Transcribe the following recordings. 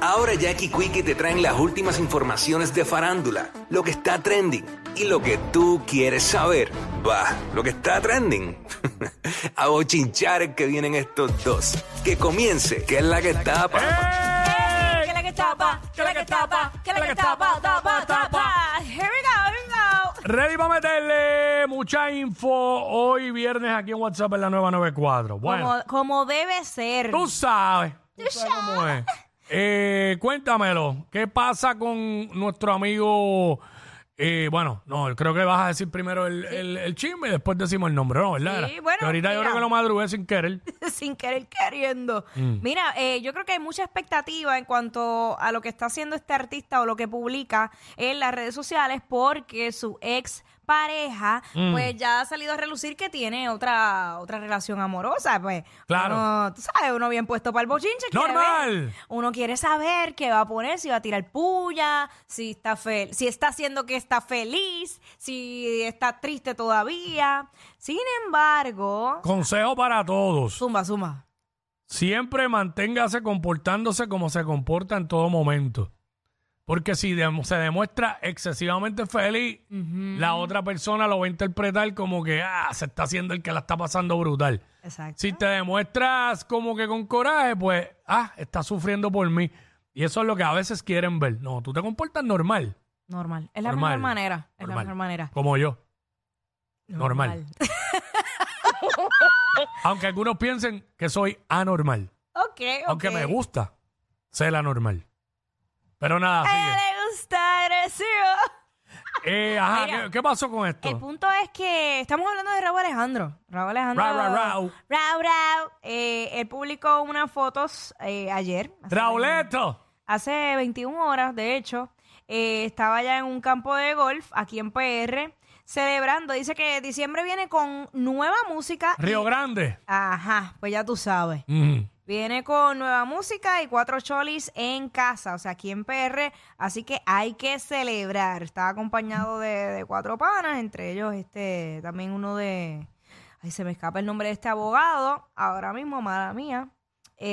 Ahora Jackie Quickie te traen las últimas informaciones de farándula, lo que está trending y lo que tú quieres saber. Va, lo que está trending. a bochinchar que vienen estos dos. Que comience, que es la que tapa. Que la que tapa, que la que tapa, que la que tapa, tapa, tapa. Here we go, here we go. Ready para meterle mucha info hoy viernes aquí en WhatsApp en la nueva 94. Bueno, Como, como debe ser. tú sabes. Tú sabes cómo es. Eh, cuéntamelo, ¿qué pasa con nuestro amigo? eh, bueno, no, creo que vas a decir primero el, el- el chisme y después decimos el nombre, ¿no? ¿Verdad? Sí, bueno, Que ahorita yo mira. creo que lo madrugué sin querer. Sin querer queriendo. Mm. Mira, eh, yo creo que hay mucha expectativa en cuanto a lo que está haciendo este artista o lo que publica en las redes sociales porque su ex pareja Mm. pues ya ha salido a relucir que tiene otra otra relación amorosa pues Claro. uno, tú sabes uno bien puesto para el bochinche quiere Normal. ver. uno quiere saber qué va a poner si va a tirar puya si está fel si está haciendo que está feliz si está triste todavía sin embargo Consejo para todos. Zumba, zumba. siempre manténgase comportándose como se comporta en todo momento. Porque si dem- se demuestra excesivamente feliz, la otra persona lo va a interpretar como que ah, se está haciendo el que la está pasando brutal. Exacto. Si te demuestras como que con coraje, pues, ah, está sufriendo por mí. Y eso es lo que a veces quieren ver. No, tú te comportas normal. Normal. Es la Normal. mejor manera. Es la Normal. mejor manera. Como yo. Normal. Aunque algunos piensen que soy anormal. ok, ok. Aunque me gusta ser anormal. Pero nada, A sigue. ella le gusta agresivo. Eh, ajá, Mira. ¿qué, qué pasó con esto? El punto es que estamos hablando de Raúl Alejandro. Raúl Alejandro. Ra, ra, rau. Rau, rau. Eh, él publicó unas fotos eh, ayer. hace Rauleto. Hace 21 horas, de hecho, eh, estaba ya en un campo de golf aquí en PR celebrando. Dice que diciembre viene con nueva música. y- Río Grande. Ajá, pues ya tú sabes. Mm. Viene con nueva música y cuatro cholis en casa, o sea, aquí en PR. Así que hay que celebrar. Está acompañado de, de cuatro panas, entre ellos este también uno de... Ay, se me escapa el nombre de este abogado. Ahora mismo, mala mía.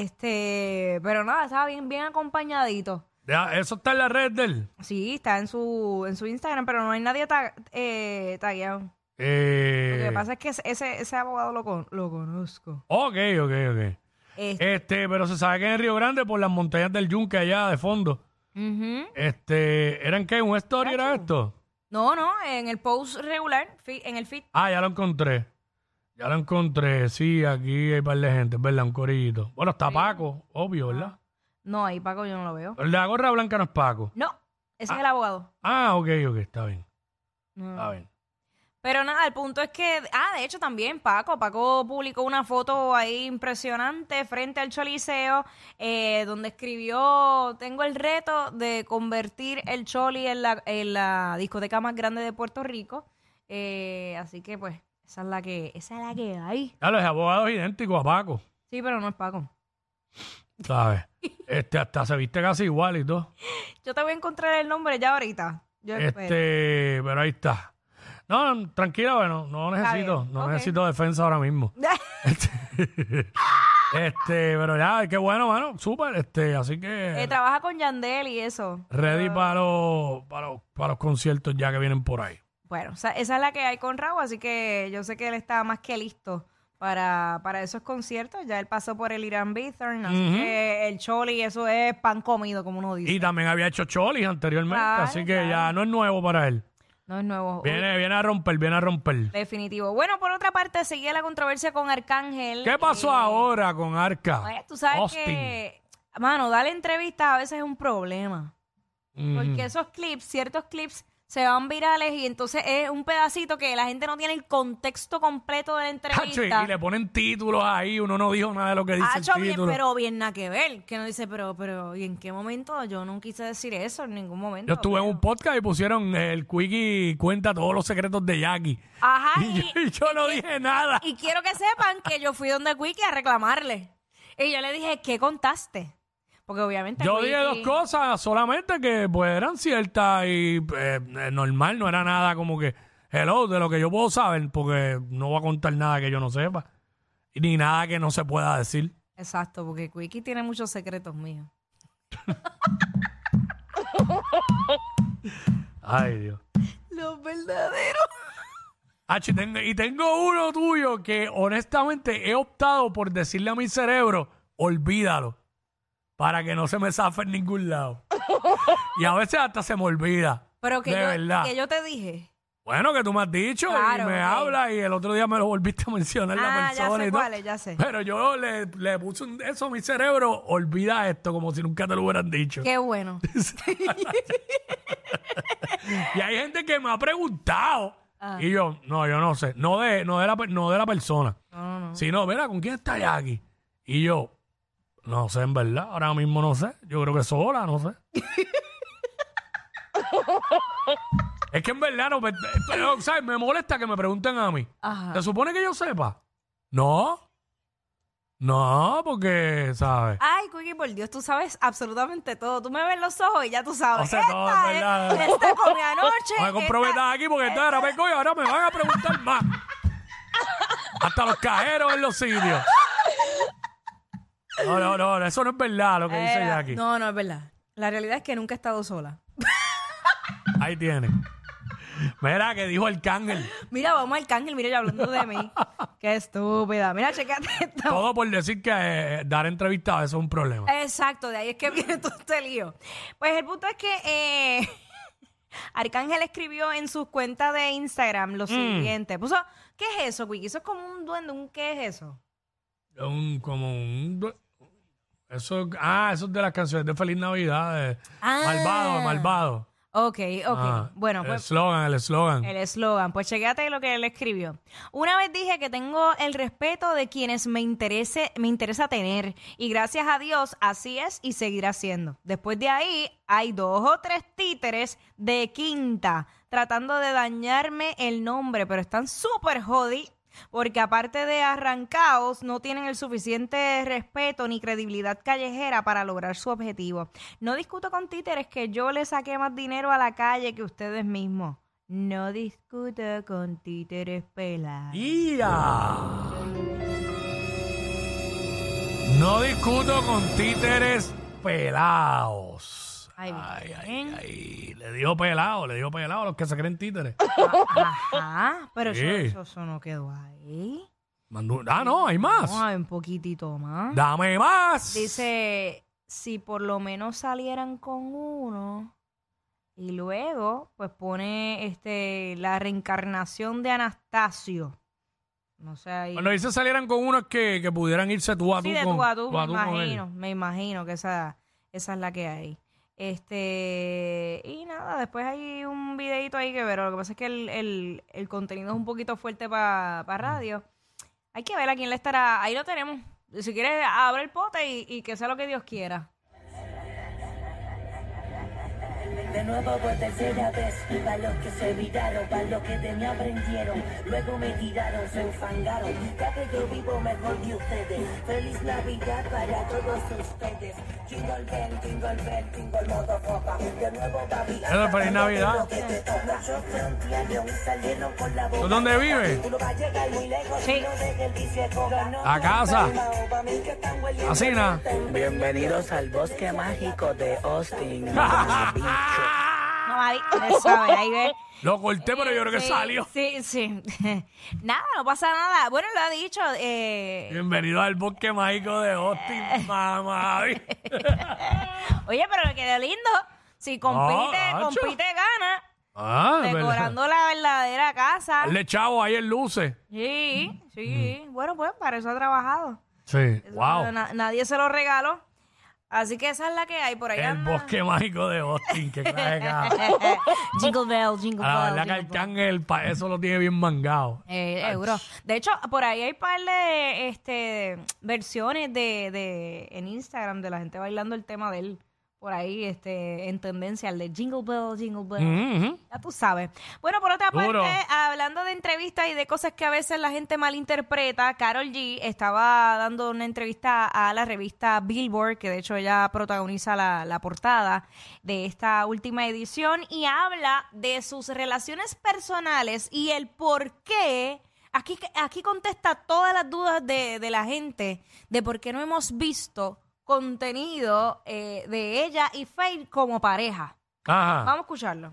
Este, pero nada, estaba bien, bien acompañadito. Ya, eso está en la red de él. Sí, está en su, en su Instagram, pero no hay nadie tag, eh, tagueado. Eh, Lo que pasa es que ese, ese abogado lo, con- lo conozco. Ok, ok, ok. Este, Este, pero se sabe que en Río Grande, por las montañas del Yunque allá de fondo, ujú. este, ¿eran qué? ¿Un story era esto? No, no, en el post regular, fi- en el feed. Ah, ya lo encontré. Ya lo encontré. Sí, aquí hay un par de gente, es ¿verdad? Un corillito. Bueno, está Paco, obvio, ¿verdad? No, ahí Paco yo no lo veo. La gorra blanca no es Paco. No, ese es el abogado. Ah, ok, ok, está bien. Está bien. Pero nada, el punto es que, ah, de hecho también Paco, Paco publicó una foto ahí impresionante frente al Choliseo, eh, donde escribió, tengo el reto de convertir el Choli en la, en la discoteca más grande de Puerto Rico. Eh, así que pues, esa es la que, esa es la que hay. Ya, los abogados idénticos a Paco, Sí, pero no es Paco. ¿sabes? este, hasta se viste casi igual y todo. Yo te voy a encontrar el nombre ya ahorita. Yo espero. Este, pero ahí está. No, no, tranquila, bueno, no Está necesito, bien, no ok. necesito defensa ahora mismo. Este, pero ya, qué bueno, bueno, súper, este, así Eh, que trabaja con Yandel y eso. ready para los, para los, para los conciertos ya que vienen por ahí. Bueno, o sea, esa es la que hay con Raúl, así que yo sé que él está más que listo para, para esos conciertos. Ya él pasó por el Irán Bithorn, así Ujú. que el Choli, eso es pan comido, como uno dice. Y también había hecho Cholis anteriormente, Claro, así que claro. ya no es nuevo para él. No es nuevo. Viene, viene a romper, viene a romper. Definitivo. Bueno, por otra parte, seguía la controversia con Arcángel. ¿Qué pasó Eh, ahora con Arca? oye, tú sabes Austin. que, mano, darle entrevistas a veces es un problema. Mm. Porque esos clips, ciertos clips, se van virales y entonces es un pedacito que la gente no tiene el contexto completo de la Hacho, y, entrevista. y le ponen títulos ahí, uno no dijo nada de lo que dice Hacho, el bien, título. pero bien nada que ver. Que no dice, pero, pero, ¿y en qué momento? Yo no quise decir eso en ningún momento. Yo estuve en pero- un podcast y pusieron eh, el Quickie cuenta todos los secretos de Jackie. Ajá, Y yo, y- y yo no dije nada. Y quiero que sepan que yo fui donde Quickie a reclamarle. Y yo le dije, ¿qué contaste? Porque obviamente. Yo Quickie- dije dos cosas solamente que pues eran ciertas y eh, eh, normal, no era nada como que, hello, de lo que yo puedo saber, porque no voy a contar nada que yo no sepa, y ni nada que no se pueda decir. Exacto, porque Quickie tiene muchos secretos míos. Ay, Dios. Los verdaderos. Hacho, y tengo- y tengo uno tuyo que honestamente he optado por decirle a mi cerebro, olvídalo, para que no se me zafe en ningún lado. y a veces hasta se me olvida. Pero que, de yo, verdad. que yo te dije. Bueno, que tú me has dicho Claro, y me ok. habla y el otro día me lo volviste a mencionar la Ah, ya persona sé y todo. cuáles, ya sé. Pero yo le, le puse un- eso a mi cerebro, olvida esto, como si nunca te lo hubieran dicho. Qué bueno. Y hay gente que me ha preguntado. Y yo, no, yo no sé. No de, no de, la, per- no de la persona. Sino, mira, ¿con quién está Jackie? Y yo, no sé, en verdad. Ahora mismo no sé. Yo creo que sola, no sé. es que en verdad, no, me- pero, ¿sabes? Me molesta que me pregunten a mí. Ajá. ¿Se supone que yo sepa? No. No, porque, ¿sabes? Ay, Quickie, por Dios, tú sabes absolutamente todo. Tú me ves los ojos y ya tú sabes. O sea, todo, Esta es es- verdad. esta comí anoche. Me esta- comprometas aquí porque esto era peco y ahora me van a preguntar más. Hasta los cajeros en los sitios. No, no, no, eso no es verdad lo que dice Era- Jackie. No, no, es verdad. La realidad es que nunca he estado sola. Ahí tiene. Mira que dijo el cángel. Mira, vamos al cángel, mira, yo hablando de mí. Qué estúpida. Mira, checate esto. Todo por decir que eh, dar entrevistas eso es un problema. Eh. Exacto, de ahí es que viene todo este lío. Pues el punto es que eh, Arcángel escribió en sus cuentas de Instagram Mm. lo siguiente. Puso, ¿qué es eso, Wiki? Eso es como un duende, un ¿qué es eso? Un- como un. Eso, ah, eso es de las canciones de Feliz Navidad. de Ah. Malvado, malvado. Ok, ok. Ah, bueno, El pues eslogan, el eslogan. El eslogan. Pues chequéate lo que él escribió. Una vez dije que tengo el respeto de quienes me interese, me interesa tener. Y gracias a Dios, así es y seguirá siendo. Después de ahí, hay dos o tres títeres de quinta tratando de dañarme el nombre, pero están súper jodidos. Porque aparte de arrancaos, no tienen el suficiente respeto ni credibilidad callejera para lograr su objetivo. No discuto con títeres que yo le saqué más dinero a la calle que ustedes mismos. No discuto con títeres pelas. ¡Ya! No discuto con títeres pelados. Ay, bien. ay, le dio pelado, le dio pelado a los que se creen títeres. Ah, Ajá, pero eso, Sí. eso- eso no quedó ahí. Mandó- ah, no, hay más. Vamos a ver un poquitito más. Dame más. Dice, si por lo menos salieran con uno. Y luego, pues pone este la reencarnación de Anastasio. No sé ahí. Cuando dice salieran con unos que, que pudieran irse tú a tú Sí, de con, tú a tú, tú me a tú con él. imagino, me imagino que esa, esa es la que hay. Este, y nada, después hay un videito ahí que ver, lo que pasa es que el, el- el contenido es un poquito fuerte para Mm. radio. Hay que ver a quién le estará, ahí lo tenemos. Si quieres, abre el pote y, y que sea lo que Dios quiera. De nuevo por tercera vez, para los que se viraron, para los que de mí aprendieron, luego me tiraron, se enfangaron, ya que yo vivo mejor que ustedes. Feliz Navidad para todos ustedes. Jingle bell, jingle bell, jingle motherfucker. De nuevo papi, Eso es feliz Navidad. que te toca. Yo frontearon y salieron con la ¿Tú boca. dónde vives? Tú no vas a llegar muy lejos, Sí. no dejes el vicio de coca. No A casa. seas mao, pa' mí que están hueliendo Así, na. Bienvenidos al bosque mágico de Austin. No, ahí, sabe, ahí ve. Lo corté, pero yo creo que Sí, salió. Sí, sí. nada, no pasa nada. Bueno, lo ha dicho. eh, Bienvenido al bosque mágico de Austin, mamá. Oye, pero que quedó lindo. Si compite, Ah, hacho. compite, gana. Ah, es verdad. Decorando la verdadera casa. Hazle chavo ahí en luces. Sí, sí. Bueno, pues para eso ha trabajado. Sí. Eso Mm. Wow. na- nadie se lo regaló. Así que esa es la que hay por ahí. El anda. Eh, bosque mágico de Austin, que clase de cabrón. jingle bell, jingle A Ah, La bell. verdad que jingle bell. Arcángel, pa- eso lo tiene bien mangado. Eh, seguro. De hecho, por ahí hay par de este, versiones de, de en Instagram de la gente bailando el tema de él. Por ahí, este, en tendencia, el de Jingle Bell, Jingle Bell. Mhm. Ya tú sabes. Bueno, por otra Duro. parte, hablando de entrevistas y de cosas que a veces la gente malinterpreta, Carol G estaba dando una entrevista a la revista Billboard, que de hecho ella protagoniza la, la portada de esta última edición, y habla de sus relaciones personales y el por qué. Aquí, aquí contesta todas las dudas de, de la gente de por qué no hemos visto contenido eh, de ella y Faith como pareja. Ajá. Vamos a escucharlo.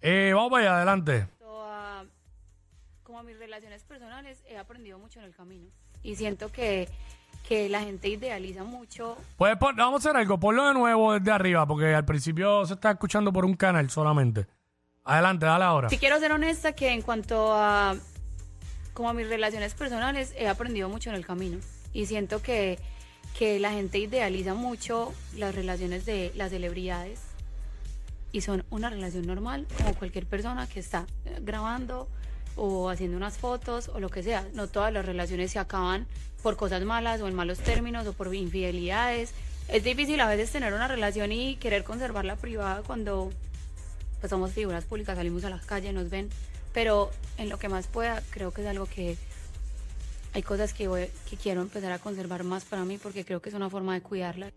Eh, vamos para allá, adelante. respecto a como a mis relaciones personales he aprendido mucho en el camino y siento que, que la gente idealiza mucho Pues pon- vamos a hacer algo, ponlo de nuevo desde arriba, porque al principio se está escuchando por un canal solamente. Adelante, dale ahora. si quiero ser honesta que en cuanto a como a mis relaciones personales he aprendido mucho en el camino y siento que, que la gente idealiza mucho las relaciones de las celebridades y son una relación normal como cualquier persona que está eh, grabando o haciendo unas fotos o lo que sea. No todas las relaciones se acaban por cosas malas o en malos términos o por infidelidades. Es difícil a veces tener una relación y querer conservarla privada cuando pues somos figuras públicas, salimos a la calle, nos ven, pero en lo que más pueda, creo que es algo que hay cosas que, voy- que quiero empezar a conservar más para mí porque creo que es una forma de cuidarla.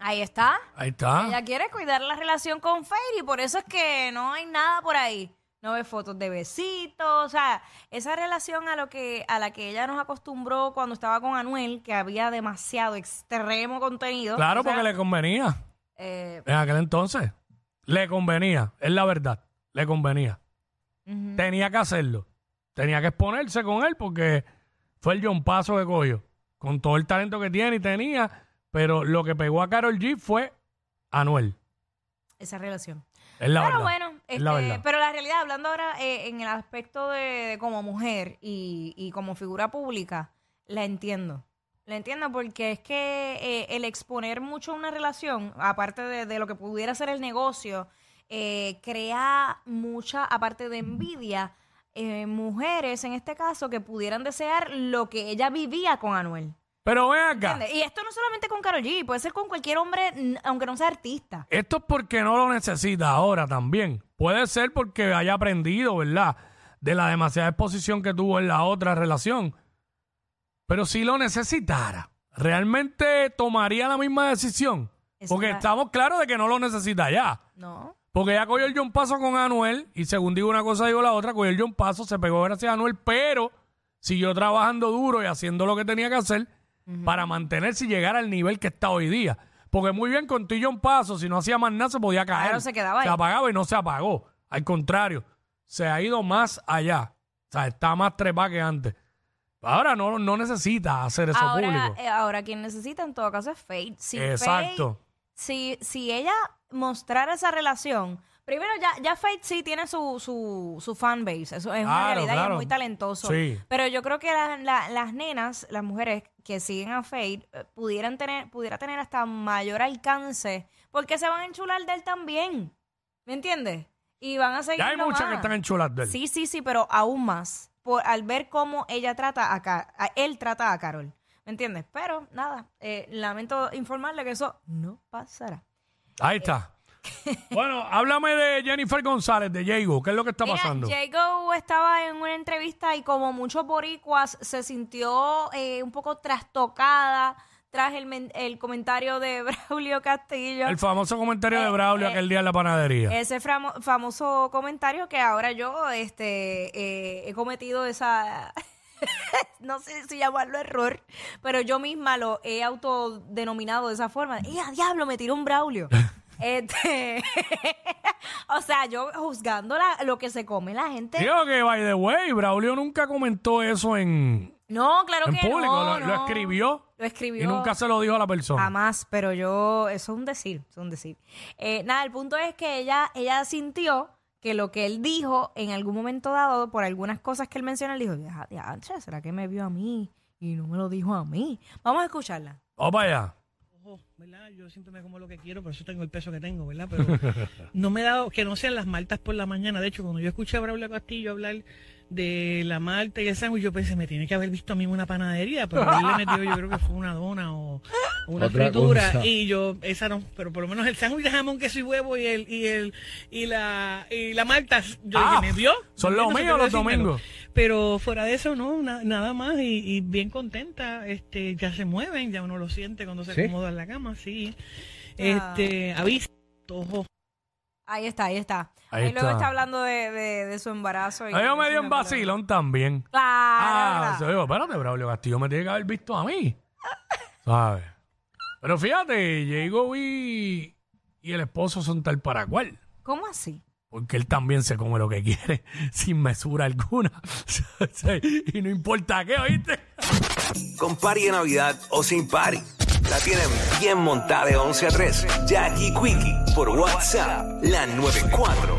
Ahí está. Ahí está. Ella quiere cuidar la relación con Fairy, por eso es que no hay nada por ahí. No ve fotos de besitos, o sea, esa relación a lo que a la que ella nos acostumbró cuando estaba con Anuel, que había demasiado extremo contenido. Claro, O sea, porque le convenía. eh, En aquel entonces, le convenía, es la verdad, le convenía. ujú. Tenía que hacerlo. Tenía que exponerse con él porque fue el John Paso de Goyo. Con todo el talento que tiene y tenía, pero lo que pegó a Carol G fue Anuel. esa relación. Es la pero verdad. bueno, es la este, verdad. pero la realidad, hablando ahora eh, en el aspecto de, de como mujer y, y como figura pública, la entiendo. La entiendo porque es que eh, el exponer mucho una relación, aparte de, de lo que pudiera ser el negocio, eh, crea mucha, aparte de envidia, eh, mujeres en este caso que pudieran desear lo que ella vivía con Anuel. Pero ven acá. ¿Entiendes? Y esto no solamente con Karol G, puede ser con cualquier hombre, n- aunque no sea artista. Esto es porque no lo necesita ahora también. Puede ser porque haya aprendido, ¿verdad? De la demasiada exposición que tuvo en la otra relación. Pero si lo necesitara, ¿realmente tomaría la misma decisión? Eso Porque está- estamos claros de que no lo necesita ya. No. Porque ya cogió el John Paso con Anuel y según digo una cosa, digo la otra, cogió el John Paso, se pegó gracias a Anuel, pero siguió trabajando duro y haciendo lo que tenía que hacer para mantenerse y llegar al nivel que está hoy día. Porque muy bien con tu y John Paso, si no hacía más nada, se podía caer. Claro, se quedaba ahí. apagaba y no se apagó. Al contrario, se ha ido más allá. O sea, está más trepa que antes. Ahora no, no necesita hacer eso ahora, público. eh, ahora quien necesita en todo caso es Fate. Si Exacto. Fate- si, si ella mostrara esa relación, primero ya, ya Fate sí tiene su, su, su fanbase, eso es una Claro, realidad y claro. es muy talentoso. Sí. Pero yo creo que la- la- las nenas, las mujeres que siguen a Fate, eh, pudieran tener, pudiera tener hasta mayor alcance, porque se van a enchular de él también. ¿Me entiendes? Y van a seguir. ya hay muchas que están enchuladas de él. Sí, sí, sí, pero aún más. Por, al ver cómo ella trata a, Ca- a- él trata a Carol. ¿Me entiendes? Pero nada, eh, lamento informarle que eso no pasará. Ahí está. bueno, háblame de Jennifer González, de Jago. ¿Qué es lo que está Mira, pasando? Jacob estaba en una entrevista y como muchos boricuas se sintió eh, un poco trastocada tras el, men- el comentario de Braulio Castillo. El famoso comentario de Eh, Braulio eh, aquel día en la panadería. Ese framo- famoso comentario que ahora yo este, eh, he cometido esa... no sé si llamarlo error, pero yo misma lo he autodenominado de esa forma. ¡Eh, a diablo! Me tiró un Braulio. este, o sea, yo juzgando la- lo que se come la gente. Digo que, by the way, Braulio nunca comentó eso en, No, claro en que público. no. lo, lo no. escribió Lo escribió. y nunca se lo dijo a la persona. Jamás, pero yo, eso es un decir, eso es un decir. Eh, nada, el punto es que ella, ella sintió que lo que él dijo en algún momento dado, por algunas cosas que él mencionó, él dijo, "Ya, ya, ¿será que me vio a mí? Y no me lo dijo a mí. Vamos a escucharla. Oh, Vamos para allá. poco, ¿verdad? Yo siempre me como lo que quiero, por eso tengo el peso que tengo, ¿verdad? Pero no me he dado, que no sean las maltas por la mañana. De hecho, cuando yo escuché a Braulio Castillo hablar de la malta y el sándwich, yo pensé, me tiene que haber visto a mí en una panadería, pero él le metió, yo creo que fue una dona o, o una Otra fritura. cosa. Y yo, esa no, pero por lo menos el sándwich de jamón, queso y huevo y el, y el, y la, y la malta, yo Ah, dije, me vio. son los No sé míos cómo los decírmelo. domingos. Pero fuera de eso, no, na- nada más. Y, y bien contenta, este, ya se mueven, ya uno lo siente cuando se ¿Sí? acomoda en la cama, sí. Ah. Este, avisa, ojo. Ahí está, ahí está. Ahí Ahí luego está. está hablando de, de- de su embarazo. y- A mí me dio Claro, un vacilón también. Ah, Claro. yo digo, espérate, Braulio Castillo me tiene que haber visto a mí. ¿Sabes? Pero fíjate, Diego y, y el esposo son tal para cual. ¿Cómo así? Porque él también se come lo que quiere, sin mesura alguna. Sí, y no importa qué, ¿oíste? Con party de Navidad o sin party. La tienen bien montada de 11 a 3. Jackie Quickie por WhatsApp, la 94.